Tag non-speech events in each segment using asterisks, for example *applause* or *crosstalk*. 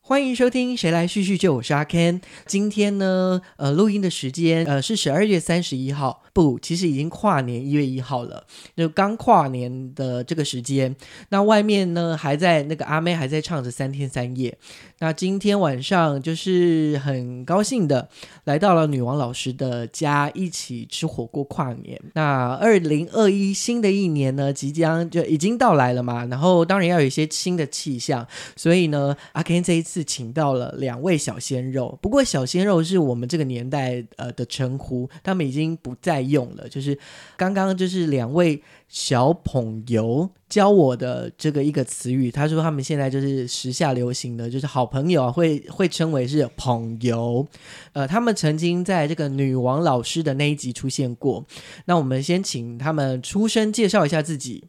欢迎收听《谁来叙叙旧》，我是阿 Ken。今天呢，呃，录音的时间呃是十二月三十一号，不，其实已经跨年一月一号了，就刚跨年的这个时间。那外面呢还在那个阿妹还在唱着《三天三夜》。那今天晚上就是很高兴的来到了女王老师的家，一起吃火锅跨年。那二零二一新的一年呢，即将就已经到来了嘛，然后当然要有一些新的气象。所以呢，阿 Ken 这一次请到了两位小鲜肉，不过小鲜肉是我们这个年代呃的称呼，他们已经不再用了。就是刚刚就是两位小朋友教我的这个一个词语，他说他们现在就是时下流行的，就是好朋友啊，会会称为是朋友。呃，他们曾经在这个女王老师的那一集出现过。那我们先请他们出声介绍一下自己。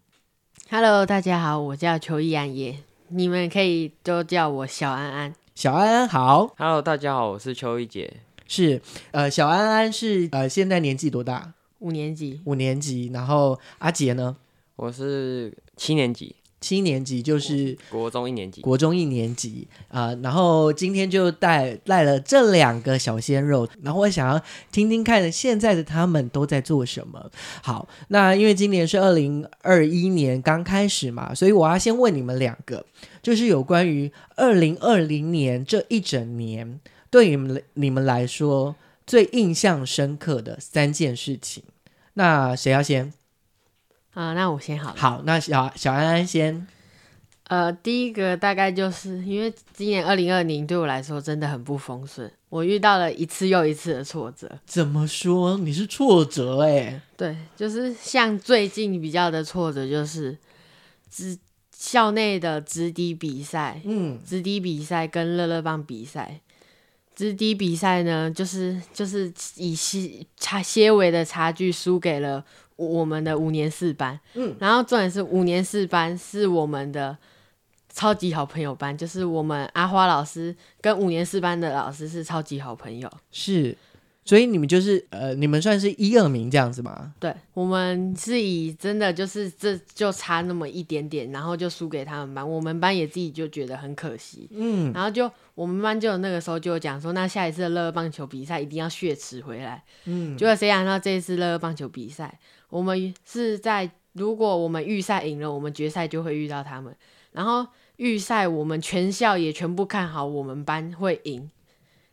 Hello，大家好，我叫邱易安耶，你们可以都叫我小安安。小安安好， Hello，大家好，我是邱一姐。是呃，小安安是呃，现在年纪多大？五年级，五年级，然后阿杰呢，我是七年级，七年级就是国中一年级。国中一年级啊、呃然后今天就带带了这两个小鲜肉，然后我想要听听看现在的他们都在做什么。好，那因为今年是二零二一年刚开始嘛，所以我要先问你们两个，就是有关于二零二零年这一整年对你们你们来说最印象深刻的三件事情。那谁要先？啊、那我先好了。好，那小小安安先。呃，第一个大概就是因为今年二零二零对我来说真的很不丰顺，我遇到了一次又一次的挫折。怎么说？你是挫折哎、对，就是像最近比较的挫折就是直校内的直笛比赛，嗯，直笛比赛跟乐乐棒比赛。直笛比赛呢，就是就是以些差些微的差距输给了我们的五年四班。嗯，然后重点是五年四班是我们的超级好朋友班，就是我们阿花老师跟五年四班的老师是超级好朋友。是，所以你们就是呃，你们算是一二名这样子吗？对，我们是以真的就是这就差那么一点点，然后就输给他们班，我们班也自己就觉得很可惜。嗯，然后就我们班就有那个时候就有讲说，那下一次的乐乐棒球比赛一定要血池回来。嗯，结果谁想到这一次乐乐棒球比赛，我们是在如果我们预赛赢了，我们决赛就会遇到他们。然后预赛我们全校也全部看好我们班会赢，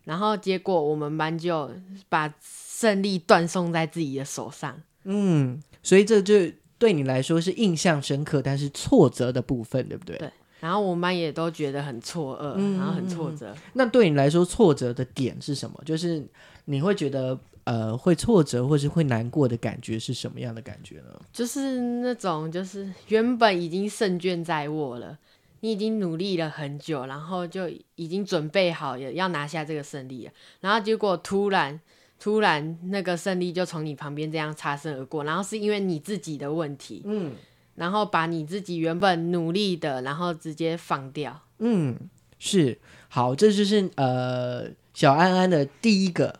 然后结果我们班就把胜利断送在自己的手上。嗯，所以这就对你来说是印象深刻，但是挫折的部分，对不对？对然后我们班也都觉得很错愕，嗯然后很挫折。那对你来说挫折的点是什么？就是你会觉得呃会挫折，或是会难过的感觉是什么样的感觉呢？就是那种，就是原本已经胜券在握了，你已经努力了很久，然后就已经准备好也要拿下这个胜利了，然后结果突然突然那个胜利就从你旁边这样擦身而过，然后是因为你自己的问题，嗯然后把你自己原本努力的，然后直接放掉。嗯，是好，这就是呃小安安的第一个，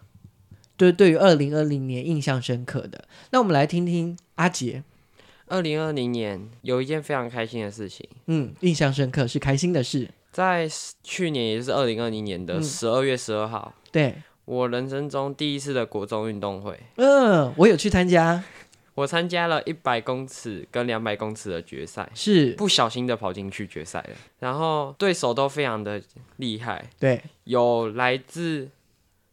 对，对于二零二零年印象深刻的。那我们来听听阿杰。二零二零年有一件非常开心的事情，嗯，印象深刻是开心的事。在去年也就是二零二零年的嗯十二月十二号，对，我人生中第一次的国中运动会，嗯、我有去参加，我参加了一百公尺跟两百公尺的决赛，是，不小心的跑进去决赛了，然后对手都非常的厉害，对，有来自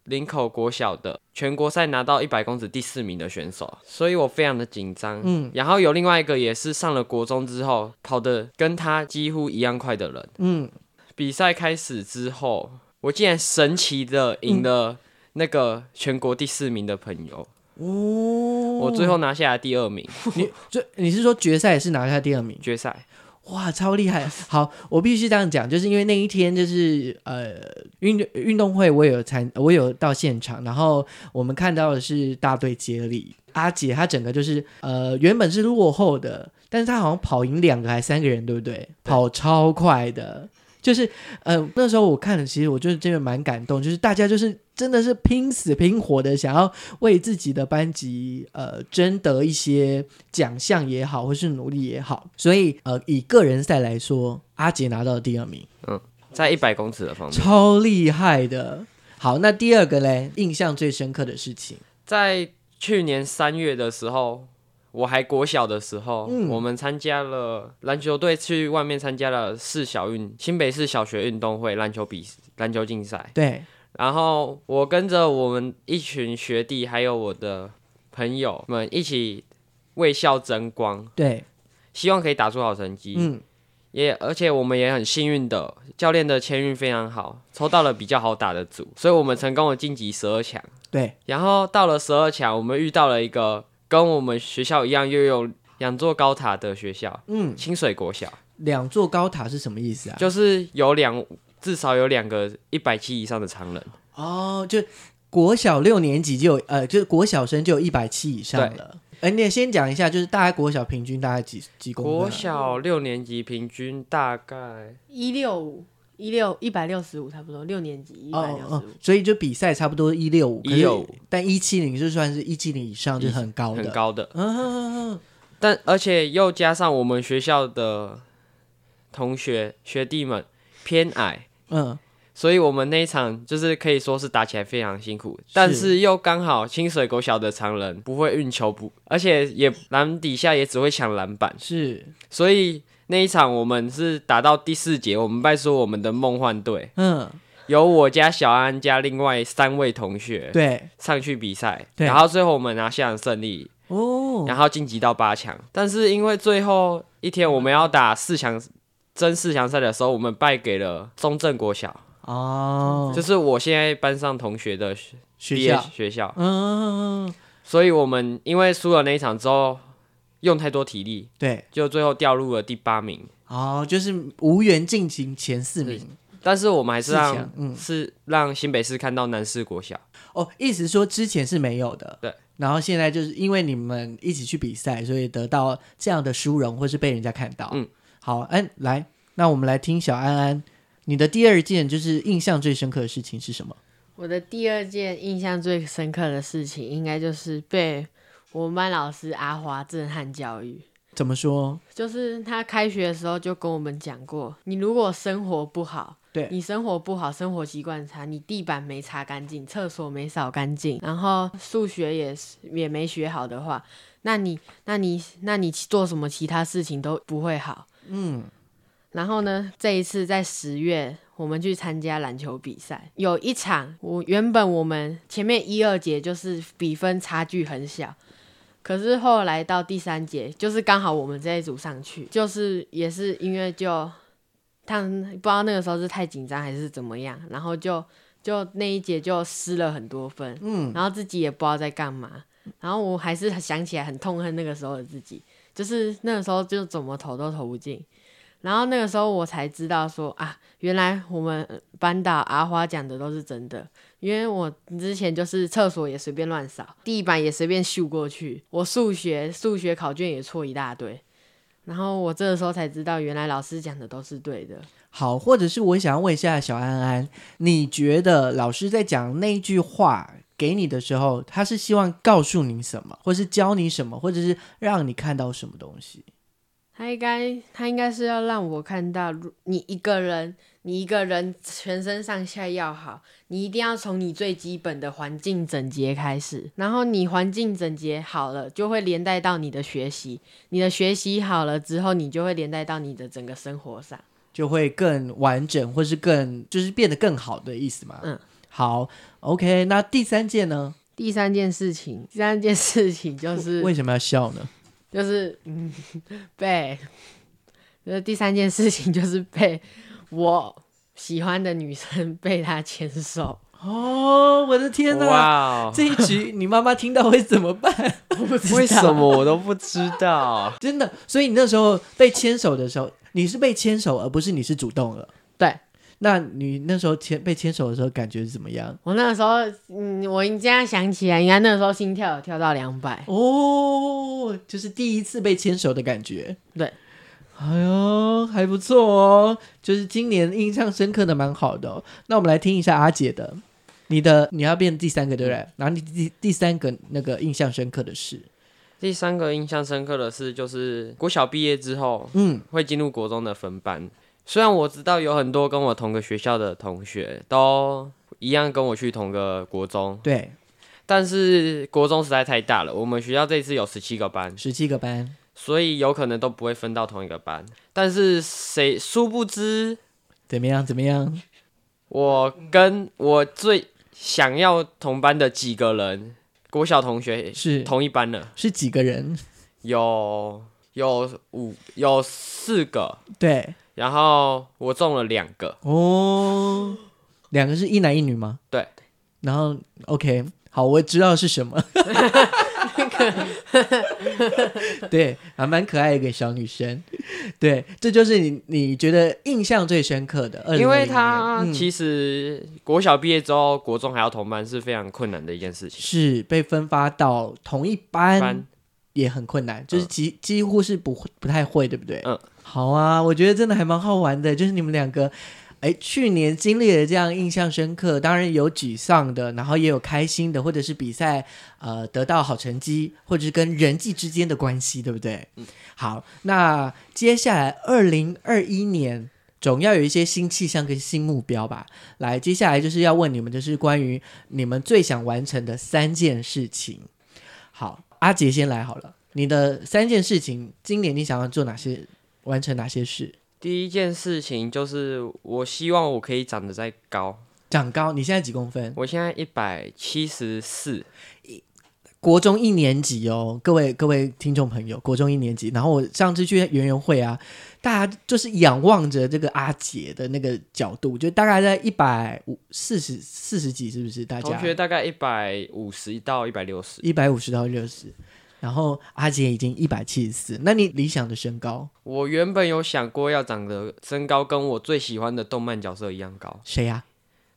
林口国小的全国赛拿到一百公尺第四名的选手，所以我非常的紧张。嗯嗯，然后有另外一个也是上了国中之后跑的跟他几乎一样快的人，嗯，比赛开始之后，我竟然神奇的赢了那个全国第四名的朋友，哦，我我最后拿下了第二名你最你是说决赛是拿下第二名？决赛。哇，超厉害！好，我必须这样讲，就是因为那一天就是呃运运动会，我有参，我有到现场，然后我们看到的是大队接力，阿姐她整个就是呃原本是落后的，但是她好像跑赢两个还三个人，对不对？跑超快的。就是，呃，那时候我看了，其实我就是真的蛮感动，就是大家就是真的是拼死拼活的，想要为自己的班级呃争得一些奖项也好，或是努力也好，所以呃，以个人赛来说，阿杰拿到了第二名。嗯，在一百公尺的方面，超厉害的。好，那第二个嘞，印象最深刻的事情，在去年三月的时候，我还国小的时候，我们参加了篮球队去外面参加了市小运新北市小学运动会篮球比篮球竞赛，对，然后我跟着我们一群学弟还有我的朋友们一起为校争光，对，希望可以打出好成绩。嗯，也而且我们也很幸运的，教练的签运非常好，抽到了比较好打的组，所以我们成功的晋级十二强。对，然后到了十二强，我们遇到了一个跟我们学校一样又有两座高塔的学校嗯——清水国小，两座高塔是什么意思啊？就是有两至少有两个一百七以上的常人。哦，就国小六年级就有，呃，就是国小生就有一百七以上了。哎，你也先讲一下，就是大概国小平均大概几几公分啊？国小六年级平均大概一六五一六一百六十五差不多，六年级一哦百六哦十五，，所以就比赛差不多一六五， 165，但一七零就算是一七零以上就很高的，很高的，嗯。嗯嗯嗯但而且又加上我们学校的同学学弟们偏矮，嗯，所以我们那一场就是可以说是打起来非常辛苦，但是又刚好清水国小的常人不会运球不，而且也篮底下也只会抢篮板，是，所以那一场我们是打到第四节，我们败输我们的梦幻队，嗯，由我加小安加另外三位同学对，上去比赛，对然后最后我们拿下了胜利，哦，然后晋级到八强。但是因为最后一天我们要打四强争四强赛的时候，我们败给了中正国小，哦，就是我现在班上同学的学毕学业校，学校。嗯嗯，嗯嗯所以我们因为输了那一场之后，用太多体力，对，就最后掉入了第八名。哦，就是无缘进行前四名，但是我们还是四强让，嗯，是让新北市看到南市国小，哦，意思说之前是没有的，对，然后现在就是因为你们一起去比赛，所以得到这样的殊荣，或是被人家看到，嗯，好，嗯，来，那我们来听小安安，你的第二件就是印象最深刻的事情是什么？我的第二件印象最深刻的事情，应该就是被我们班老师阿华震撼教育。怎么说？就是他开学的时候就跟我们讲过，你如果生活不好，对，你生活不好，生活习惯差，你地板没擦干净，厕所没扫干净，然后数学也是也没学好的话，那你那你那你做什么其他事情都不会好。嗯，然后呢，这一次在十月，我们去参加篮球比赛，有一场，我原本我们前面一二节就是比分差距很小，可是后来到第三节，就是刚好我们这一组上去，就是也是因为就他们不知道那个时候是太紧张还是怎么样，然后就就那一节就失了很多分，嗯，然后自己也不知道在干嘛，然后我还是想起来很痛恨那个时候的自己，就是那个时候就怎么投都投不进。然后那个时候我才知道说啊，原来我们班导阿花讲的都是真的，因为我之前就是厕所也随便乱扫，地板也随便咻过去，我数学数学考卷也错一大堆，然后我这个时候才知道，原来老师讲的都是对的。好，或者是我想要问一下小安安，你觉得老师在讲那句话给你的时候，他是希望告诉你什么，或是教你什么，或者是让你看到什么东西？他应该，他应该是要让我看到，如你一个人，你一个人全身上下要好，你一定要从你最基本的环境整洁开始，然后你环境整洁好了，就会连带到你的学习，你的学习好了之后，你就会连带到你的整个生活上。就会更完整，或是更就是变得更好的意思嘛。嗯，好，OK。那第三件呢？第三件事情，第三件事情就是为什么要笑呢？就是嗯被，就是第三件事情就是被我喜欢的女生被他牵手，哦，我的天哪！哇哦，这一局你妈妈听到会怎么办？ *laughs* 我不知道？为什么我都不知道 *laughs* 真的，所以你那时候被牵手的时候，你是被牵手，而不是你是主动了。对。那你那时候牵被牵手的时候感觉是怎么样？我那个时候，嗯，我现在想起来，应该那个时候心跳有跳到两百。哦，就是第一次被牵手的感觉。对，哎呦，还不错哦，就是今年印象深刻的蛮好的哦、那我们来听一下阿姐的，你的你要变第三个对不对？然后你第第三个那个印象深刻的事，第三个印象深刻的事就是国小毕业之后嗯，会进入国中的分班，虽然我知道有很多跟我同个学校的同学都一样跟我去同个国中，对，但是国中实在太大了，我们学校这一次有十七个班，十七个班，所以有可能都不会分到同一个班。但是谁殊不知，怎么样？怎么样？我跟我最想要同班的几个人，国小同学是同一班了，是几个人？有有五有四个，对，然后我中了两个，哦，两个是一男一女吗？对。然后 OK，好，我知道是什 *laughs* 么。对，还蛮可爱的一个小女生。对，这就是你你觉得印象最深刻的2020年，因为他嗯其实国小毕业之后，国中还要同班是非常困难的一件事情。是被分发到同一班，班也很困难，就是嗯几、几乎是不会不太会，对不对？嗯，好啊，我觉得真的还蛮好玩的，就是你们两个。哎，去年经历了这样印象深刻，当然有沮丧的，然后也有开心的，或者是比赛呃得到好成绩，或者是跟人际之间的关系，对不对？嗯好，那接下来二零二一年总要有一些新气象跟新目标吧。来，接下来就是要问你们，就是关于你们最想完成的三件事情。好，阿杰先来好了。你的三件事情，今年你想要做哪些，完成哪些事？第一件事情就是，我希望我可以长得再高。长高，你现在几公分？我现在一百七十四，国中一年级哦，各位各位听众朋友，国中一年级。然后我上次去园游会啊，大家就是仰望着这个阿杰的那个角度，就大概在一百五四十四十几，是不是？大同家学大概一百五十到一百六十。一百五十到六十，然后阿杰已经一百七十四。那你理想的身高，我原本有想过要长得身高跟我最喜欢的动漫角色一样高，谁啊呀、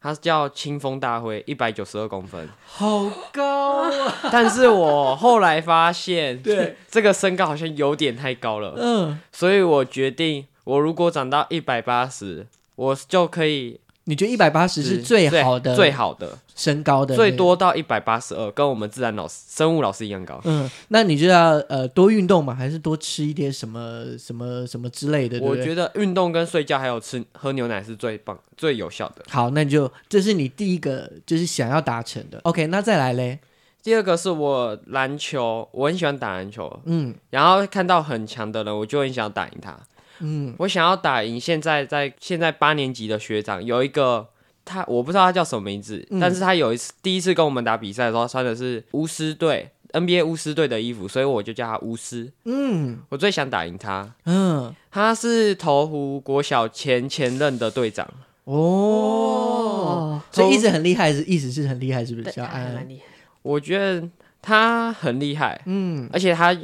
他叫清风大辉，一百九十二公分。好高啊！但是我后来发现，对这个身高好像有点太高了。嗯，所以我决定，我如果长到一百八十，我就可以你觉得一百八十是最好的、最好的，身高的、最？多到一百八十二，跟我们自然老师、生物老师一样高。嗯，那你就要呃多运动嘛，还是多吃一点什么什么什么之类的？对不我对觉得运动跟睡觉还有吃喝牛奶是最棒、最有效的。好，那你就这是你第一个就是想要达成的。OK，那再来嘞，第二个是我篮球，我很喜欢打篮球，嗯然后看到很强的人，我就很想打赢他。嗯，我想要打赢现在在现在八年级的学长，有一个他我不知道他叫什么名字，嗯但是他有一次第一次跟我们打比赛的时候，他穿的是巫师队 NBA 巫师队的衣服，所以我就叫他巫师。嗯我最想打赢他，嗯，他是投湖国小前前任的队长，哦，哦，所以一直很厉害是意思是很厉害，是不是？对，小还蛮安，厉害。我觉得他很厉害，嗯而且他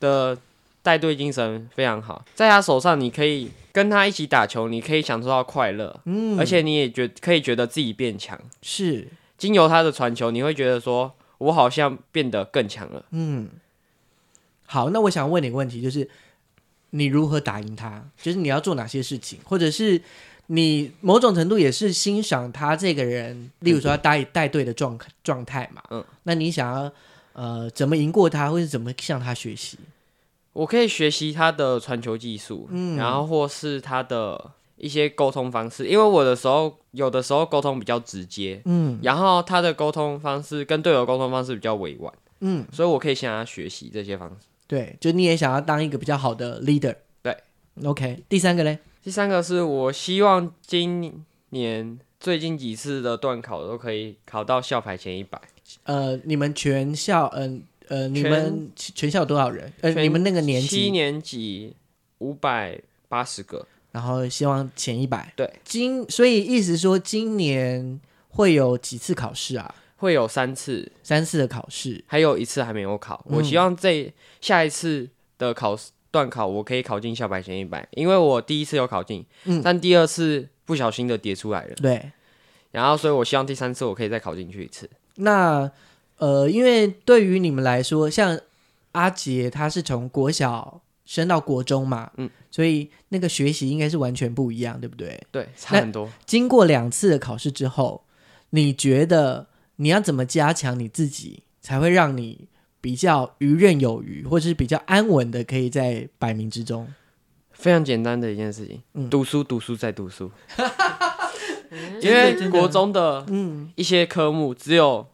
的带队精神非常好，在他手上你可以跟他一起打球，你可以享受到快乐，嗯，而且你也觉可以觉得自己变强。是经由他的传球，你会觉得说，我好像变得更强了。嗯，好，那我想问你个问题，就是你如何打赢他？就是你要做哪些事情，或者是你某种程度也是欣赏他这个人，例如说他带带队的状状态嘛。嗯，那你想要呃怎么赢过他，或者怎么向他学习？我可以学习他的传球技术，嗯然后或是他的一些沟通方式，因为我的时候有的时候沟通比较直接，嗯然后他的沟通方式跟队友沟通方式比较委婉，嗯，所以我可以向他学习这些方式。对，就你也想要当一个比较好的 leader。对，OK，第三个嘞，第三个是我希望今年最近几次的段考都可以考到校排前一百，呃，你们全校，嗯呃你们全校有多少人？呃，全你们那个年七级，年级五百八十个，然后希望前一百。对，今所以意思说，今年会有几次考试啊？会有三次，三次的考试，还有一次还没有考。嗯我希望这下一次的考试段考，我可以考进校百前一百，因为我第一次有考进，嗯但第二次不小心的跌出来了，对。然后所以我希望第三次我可以再考进去一次。那呃，因为对于你们来说，像阿杰他是从国小升到国中嘛，嗯，所以那个学习应该是完全不一样，对不对？对，差很多。经过两次的考试之后，你觉得你要怎么加强你自己，才会让你比较游刃有余，或者是比较安稳的可以在百名之中？非常简单的一件事情，嗯读书，读书再读书，嗯因真为的国中的嗯一些科目只有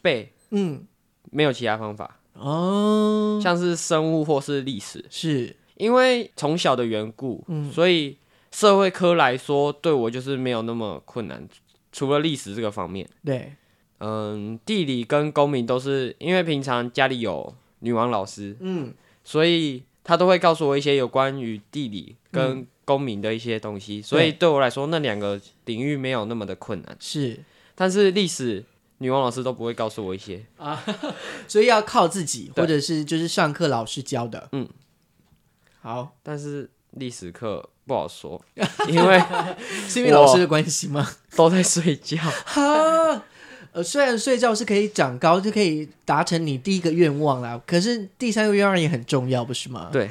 背，嗯，没有其他方法，哦，像是生物或是历史，是因为从小的缘故，嗯所以社会科来说对我就是没有那么困难，除了历史这个方面，对，嗯，地理跟公民都是因为平常家里有女王老师，嗯所以他都会告诉我一些有关于地理跟公民的一些东西，所以嗯对我来说那两个领域没有那么的困难。是，但是历史，女王老师都不会告诉我一些。所以要靠自己，对或者是就是上课老师教的。嗯，好，但是历史课不好说，因为是因为老师的关系吗？都在睡觉。哈，呃，虽然睡觉是可以长高，就可以达成你第一个愿望啦，可是第三个愿望也很重要，不是吗？ *laughs* 对，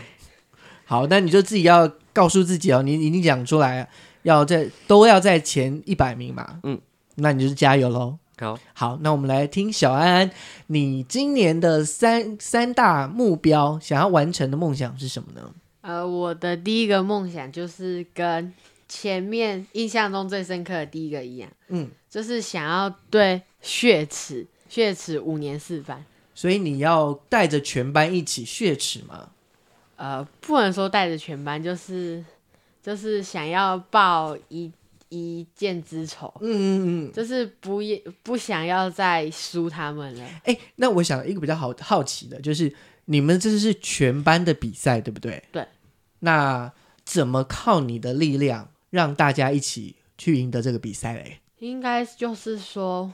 好，那你就自己要告诉自己哦，你你已经讲出来，要在都要在前一百名嘛。嗯，那你就是加油喽。好，好，那我们来听小安安，你今年的三三大目标想要完成的梦想是什么呢？呃，我的第一个梦想就是跟前面印象中最深刻的第一个一样，嗯，就是想要对血池血池五年四班，所以你要带着全班一起血耻嘛？呃，不能说带着全班，就是就是想要报一一箭之仇，嗯嗯嗯。就是不也不想要再输他们了。哎、那我想一个比较好好奇的，就是你们这是全班的比赛，对不对？对。那怎么靠你的力量让大家一起去赢得这个比赛嘞？应该就是说，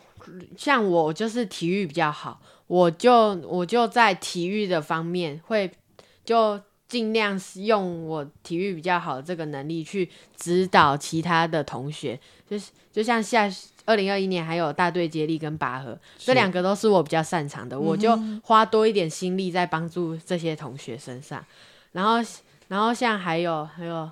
像我就是体育比较好，我就我就在体育的方面会就尽量是用我体育比较好的这个能力去指导其他的同学，就是就像下二零二一年还有大队接力跟拔河这两个都是我比较擅长的，我就花多一点心力在帮助这些同学身上，然后然后像还有还有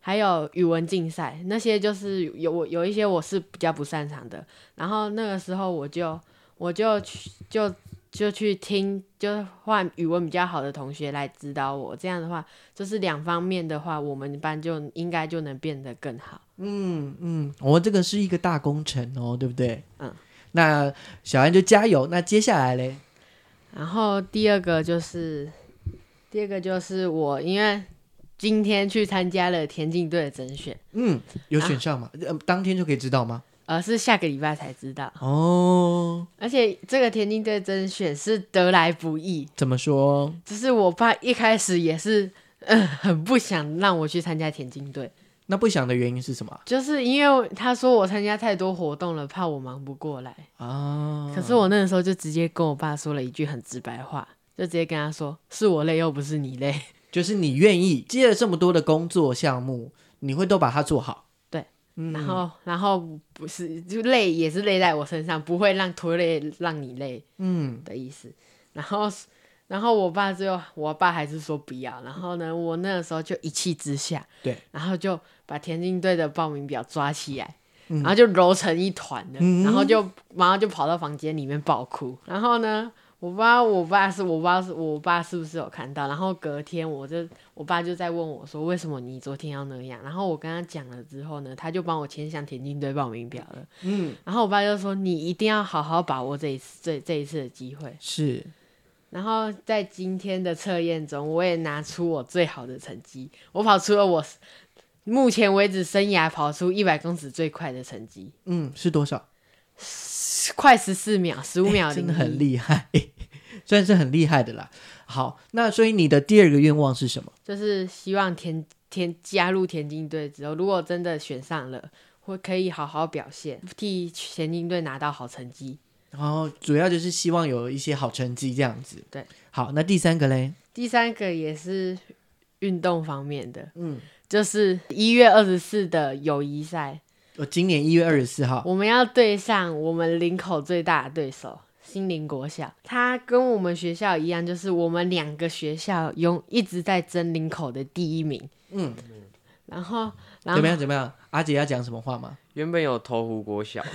还有语文竞赛，那些就是有我有一些我是比较不擅长的。然后那个时候我就我就去就就去听，就换语文比较好的同学来指导我。这样的话，就是两方面的话，我们班就应该就能变得更好。嗯，我、这个是一个大工程哦，对不对？嗯，那小安就加油。那接下来嘞，然后第二个就是第二个就是我因为今天去参加了田径队的甄选，嗯，有选上吗？呃当天就可以知道吗？而、是下个礼拜才知道。哦，而且这个田径队甄选是得来不易，怎么说？就是我爸一开始也是， *laughs* 嗯，很不想让我去参加田径队，那不想的原因是什么就是因为他说我参加太多活动了，怕我忙不过来。啊？可是我那个时候就直接跟我爸说了一句很直白话，就直接跟他说：“是我累，又不是你累。就是你愿意接了这么多的工作项目，你会都把它做好。对，嗯然后，然后不是就累也是累在我身上，不会让拖累让你累。嗯，的意思。然后，然后我爸最后，我爸还是说不要。然后呢，我那个时候就一气之下，对，然后就把田径队的报名表抓起来，嗯然后就揉成一团了，嗯然后就马上就跑到房间里面爆哭。然后呢？我不知道我爸是我爸是我爸是不是有看到，然后隔天我就我爸就在问我说为什么你昨天要那样，然后我跟他讲了之后呢，他就帮我签上田径队报名表了，嗯，然后我爸就说你一定要好好把握这一次这这一次的机会，是然后在今天的测验中，我也拿出我最好的成绩，我跑出了我目前为止生涯跑出一百公尺最快的成绩，嗯，是多少？快十四秒，十五秒哎零、真的很厉害，嗯算是很厉害的啦。好，那所以你的第二个愿望是什么？就是希望田田加入田径队之后，如果真的选上了，会可以好好表现，替田径队拿到好成绩。然后哦主要就是希望有一些好成绩这样子。对，好，那第三个嘞？第三个也是运动方面的，嗯，就是一月二十四的友谊赛，我哦今年一月二十四号，我们要对上我们林口最大的对手新林国小，它跟我们学校一样，就是我们两个学校永一直在争林口的第一名。嗯，然后，然怎么后样？怎么样？阿姐要讲什么话吗？原本有投湖国小，啊，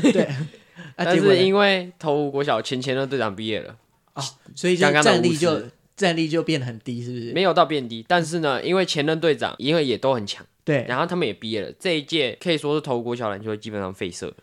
但结果是嘞因为投湖国小前前任队长毕业了，哦，所以就刚刚的战力50就战力就变得很低，是不是？没有到变低，但是呢，因为前任队长因为也都很强，对，然后他们也毕业了，这一届可以说是投国小篮球基本上废社了。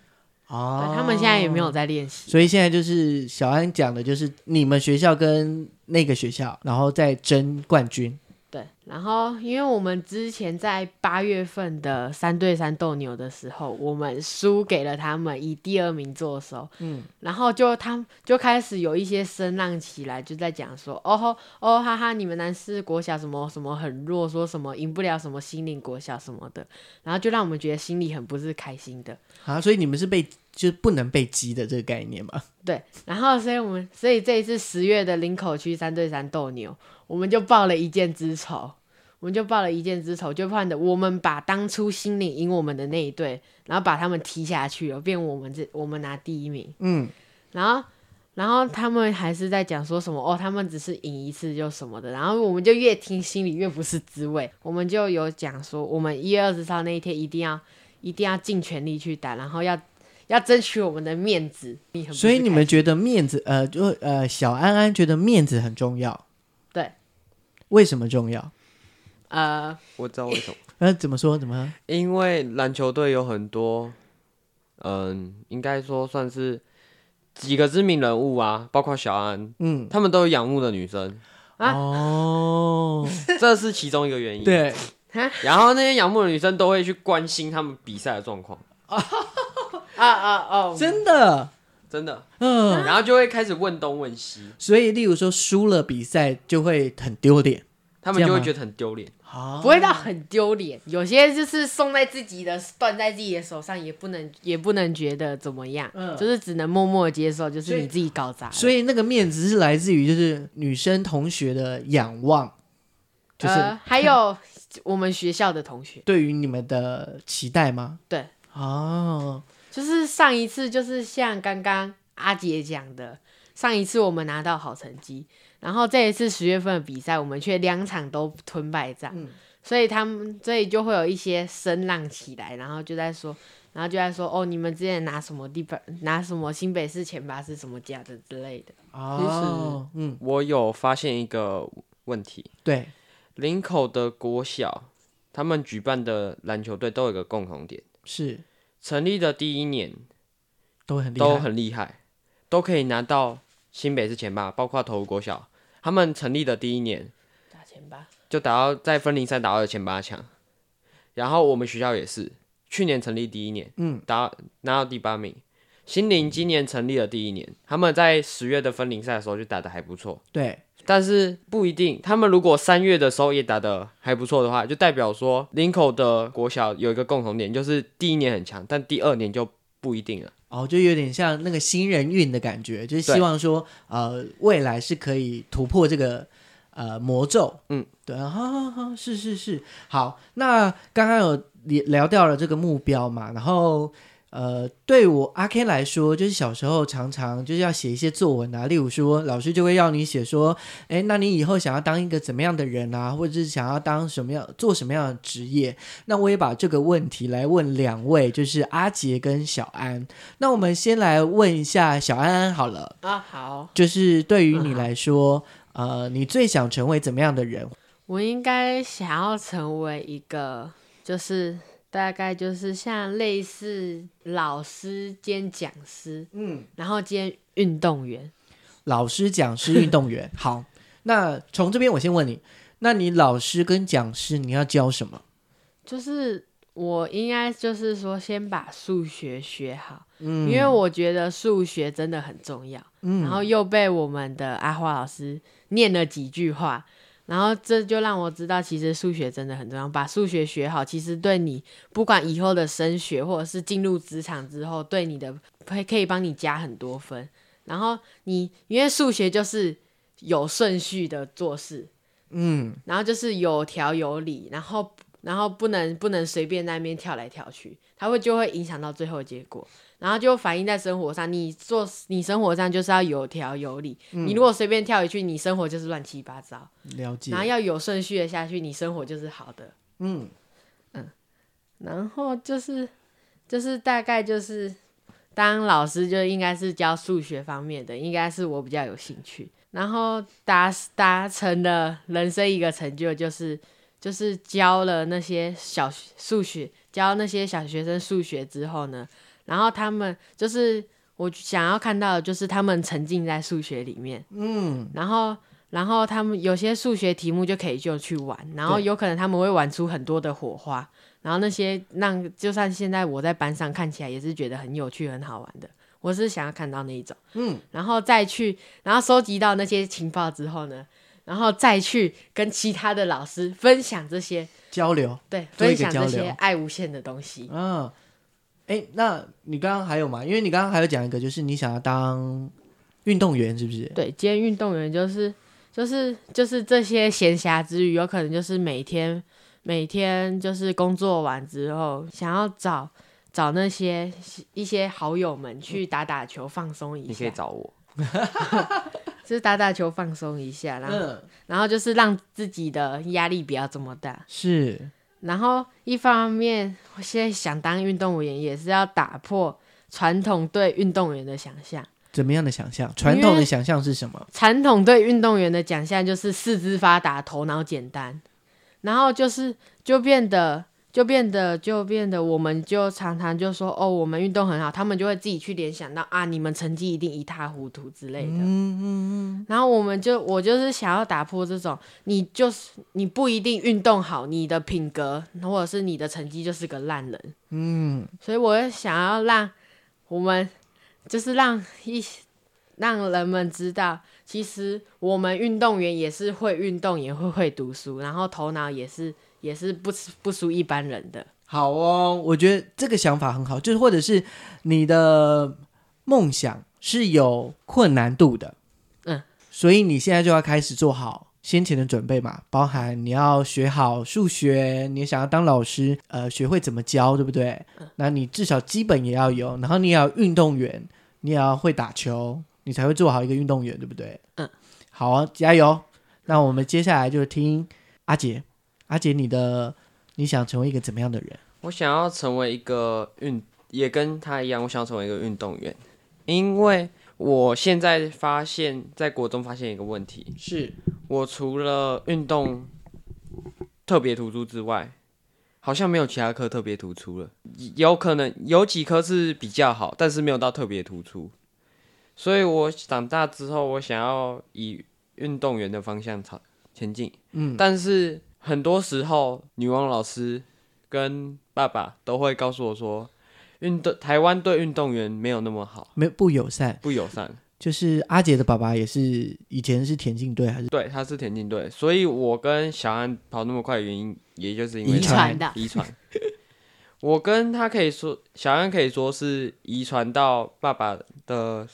哦对，他们现在也没有在练习。所以现在就是小安讲的，就是你们学校跟那个学校，然后再争冠军。对，然后因为我们之前在八月份的三对三斗牛的时候，我们输给了他们，以第二名坐收。嗯，然后就他们就开始有一些声浪起来，就在讲说，哦吼，哦哈哈，你们南师国小什么什么很弱，说什么赢不了什么心灵国小什么的，然后就让我们觉得心里很不是开心的。啊，所以你们是被就是不能被击的这个概念嘛？对，然后所以我们所以这一次十月的林口区三对三斗牛，我们就报了一箭之仇，我们就报了一箭之仇，就判的我们把当初心里赢我们的那一队，然后把他们踢下去了，变我们这我们拿第一名，嗯，然后。然后他们还是在讲说什么哦，他们只是赢一次就什么的，然后我们就越听心里越不是滋味。我们就有讲说，我们一月二十号那一天一定要一定要尽全力去打，然后要要争取我们的面子。你很不所以是你开们觉得面子，呃，就呃，小安安觉得面子很重要。对，为什么重要？呃，我知道为什么，呃，怎么说？怎么？因为篮球队有很多，嗯，应该说算是几个知名人物啊，包括小安，嗯，他们都有仰慕的 *laughs* 女生，啊哦，这是其中一个原因。。对，然后那些仰慕的女生都会去关心他们比赛的状况，啊啊哦，真的，真的。嗯、然后就会开始问东问西，所以例如说输了比赛就会很丢脸。他们就这样会吗觉得很丢脸。好不会到很丢脸。有些就是送在自己的，断在自己的手上，也不能也不能觉得怎么样，嗯就是只能默默接受，就所是以你自己搞砸了。呃所以那个面子是来自于就是女生同学的仰望，就是呃，还有 *laughs* 我们学校的同学，对于你们的期待吗？对，哦，就是上一次就是像刚刚阿杰讲的，上一次我们拿到好成绩，然后这一次十月份的比赛，我们却两场都吞败仗，所以他们所以就会有一些声浪起来，然后就在说，然后就在说哦，你们之前拿什么地方拿什么新北市前八是什么假的之类的，哦，嗯，我有发现一个问题，对，林口的国小，他们举办的篮球队都有一个共同点：是成立的第一年都很厉害，都很厉害，都可以拿到新北市前八，包括头国小，他们成立的第一年打前八，就打到在分龄赛打到了前八强。然后我们学校也是，去年成立第一年，嗯，打拿到第八名。新林今年成立了第一年，他们在十月的分龄赛的时候就打得还不错，对，但是不一定，他们如果三月的时候也打得还不错的话，就代表说林口的国小有一个共同点，就是第一年很强，但第二年就不一定了。哦，就有点像那个新人运的感觉，就是希对望说呃未来是可以突破这个。呃，魔咒，嗯，对，啊好好好，是是是，好。那刚刚有聊聊掉了这个目标嘛，然后呃，对我阿 K 来说，就是小时候常常就是要写一些作文啊，例如说老师就会要你写说，哎，那你以后想要当一个怎么样的人啊，或者是想要当什么样做什么样的职业？那我也把这个问题来问两位，就是阿杰跟小安。那我们先来问一下小安安好了，啊好，就是对于你来说，呃，你最想成为怎么样的人？我应该想要成为一个，就是大概就是像类似老师兼讲师，嗯，然后兼运动员。老师、讲师、运动 *laughs* 员。好，那从这边我先问你，那你老师跟讲师你要教什么？就是我应该就是说，先把数学学好，嗯，因为我觉得数学真的很重要，嗯，然后又被我们的阿花老师念了几句话，然后这就让我知道，其实数学真的很重要，把数学学好，其实对你不管以后的升学或者是进入职场之后，对你的可以可以帮你加很多分。然后你因为数学就是有顺序的做事，嗯，然后就是有条有理，然后然后不能不能随便在那边跳来跳去，它会就会影响到最后的结果，然后就反映在生活上。你做你生活上就是要有条有理，你如果随便跳一句，你生活就是乱七八糟。了解然。后要有顺序的下去，你生活就是好的。嗯，然后就是就是大概就是当老师就应该是教数学方面的，应该是我比较有兴趣。然后达达成了人生一个成就，就是就是教了那些小数学，教那些小学生数学之后呢，然后他们就是我想要看到的就是他们沉浸在数学里面，嗯，然后然后他们有些数学题目就可以就去玩，然后对有可能他们会玩出很多的火花，然后那些让就算现在我在班上看起来也是觉得很有趣、很好玩的。我是想要看到那一种，嗯，然后再去，然后收集到那些情报之后呢，然后再去跟其他的老师分享这些，交流。对，做一分个享交这流些爱无限的东西。嗯，哎，那你刚刚还有吗？因为你刚刚还有讲一个，就是你想要当运动员，是不是？对，今天运动员就是就是就是这些闲暇之余，有可能就是每天每天就是工作完之后，想要找找那些一些好友们去打打球，放松一你可以啊下，找我。就是打打球放松一下，然后、嗯，然后就是让自己的压力不要这么大。是，然后一方面，我现在想当运动员，也是要打破传统对运动员的想象。怎么样的想象？传统的想象是什么？传统对运动员的奖项就是四肢发达、头脑简单，然后就是就变得就变得就变得，我们就常常就说哦，我们运动很好，他们就会自己去联想到啊，你们成绩一定一塌糊涂之类的。嗯嗯嗯。然后我们就我就是想要打破这种，你就是你不一定运动好，你的品格或者是你的成绩就是个烂人。嗯。所以我想要让我们就是让一些让人们知道，其实我们运动员也是会运动，也会会读书，然后头脑也是也是不不输一般人的。好哦，我觉得这个想法很好，就是或者是你的梦想是有困难度的，嗯，所以你现在就要开始做好先前的准备嘛，包含你要学好数学，你想要当老师，呃，学会怎么教，对不对？嗯那你至少基本也要有，然后你也要运动员，你也要会打球，你才会做好一个运动员，对不对？嗯，好啊，加油！那我们接下来就听阿杰，阿杰，你的你想成为一个怎么样的人？我想要成为一个运，也跟他一样，我想要成为一个运动员，因为我现在发现，在国中发现一个问题，是我除了运动特别突出之外，好像没有其他科特别突出了。有可能有几科是比较好，但是没有到特别突出。所以我长大之后，我想要以运动员的方向朝前进。嗯，但是很多时候，女王老师跟爸爸都会告诉我说，运动台湾对运动员没有那么好，没有不友善，不友善。就是阿杰的爸爸也是以前是田径队还是对，他是田径队，所以我跟小安跑那么快的原因，也就是因为遗他传的遗传。我跟他可以说，小安可以说是遗传到爸爸的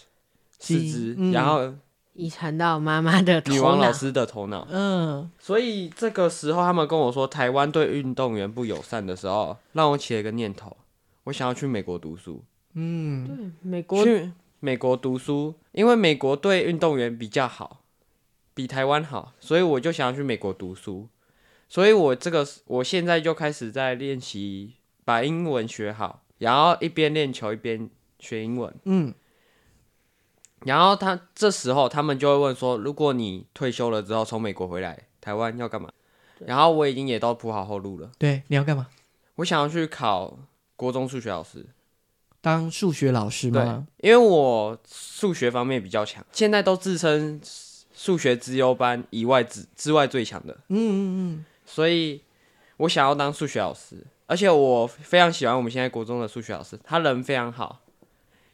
四基因肢，嗯然后遗传到妈妈的头女王脑老，师的头脑。嗯所以这个时候，他们跟我说台湾对运动员不友善的时候，让我起了一个念头，我想要去美国读书，嗯美国去美国读书，因为美国对运动员比较好，比台湾好，所以我就想要去美国读书。所以我这个我现在就开始在练习把英文学好，然后一边练球一边学英文。嗯然后他这时候他们就会问说，如果你退休了之后从美国回来台湾要干嘛？然后我已经也都铺好后路了，对，你要干嘛？我想要去考国中数学老师。当数学老师对吗？，因为我数学方面比较强，现在都自称数学资优班以外之之外最强的，嗯嗯嗯，所以我想要当数学老师，而且我非常喜欢我们现在国中的数学老师，他人非常好，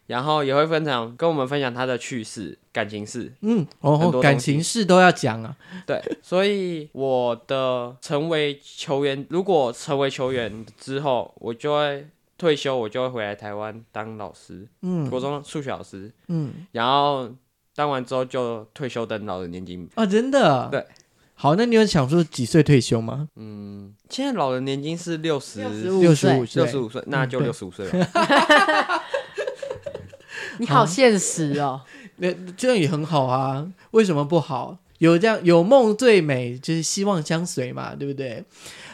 然后也会分享跟我们分享他的趣事、感情事，嗯，哦很吼，多东西感情事都要讲啊， *laughs* 对，所以我的成为球员，如果成为球员之后，我就会退休，我就会回来台湾当老师，嗯国中数学老师，嗯，然后当完之后就退休等老人年金。啊，真的，对，好，那你有想说几岁退休吗？嗯，现在老人年金是六十65六十五岁五岁，六十五岁，嗯那就对六十五岁吧。你好现实哦，那这样也很好啊，为什么不好？有这样有梦最美，就是希望相随嘛，对不对？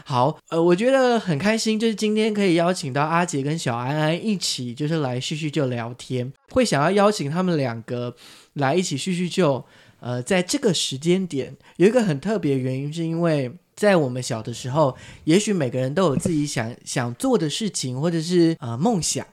好，呃，我觉得很开心，就是今天可以邀请到阿杰跟小安安一起，就是来叙叙旧聊天，会想要邀请他们两个来一起叙叙旧。呃，在这个时间点有一个很特别的原因，是因为在我们小的时候，也许每个人都有自己想想做的事情，或者是呃梦想。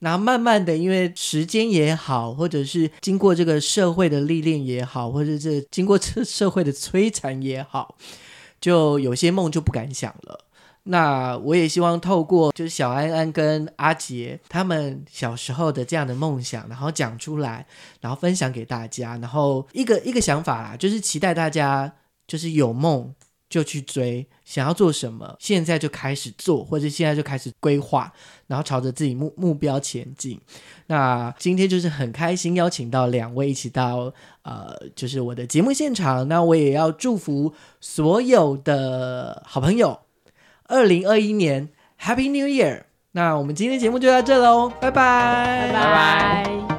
那慢慢的，因为时间也好，或者是经过这个社会的历练也好，或者是经过这社会的摧残也好， *laughs* 就有些梦就不敢想了。那我也希望透过就是小安安跟阿杰他们小时候的这样的梦想，然后讲出来，然后分享给大家，然后一个一个想法啦，就是期待大家就是有梦就去追，想要做什么现在就开始做，或者现在就开始规划，然后朝着自己目目标前进。那今天就是很开心邀请到两位一起到呃，就是我的节目现场，那我也要祝福所有的好朋友。二零二一年 Happy New Year！那我们今天节目就到这喽，拜拜，拜拜。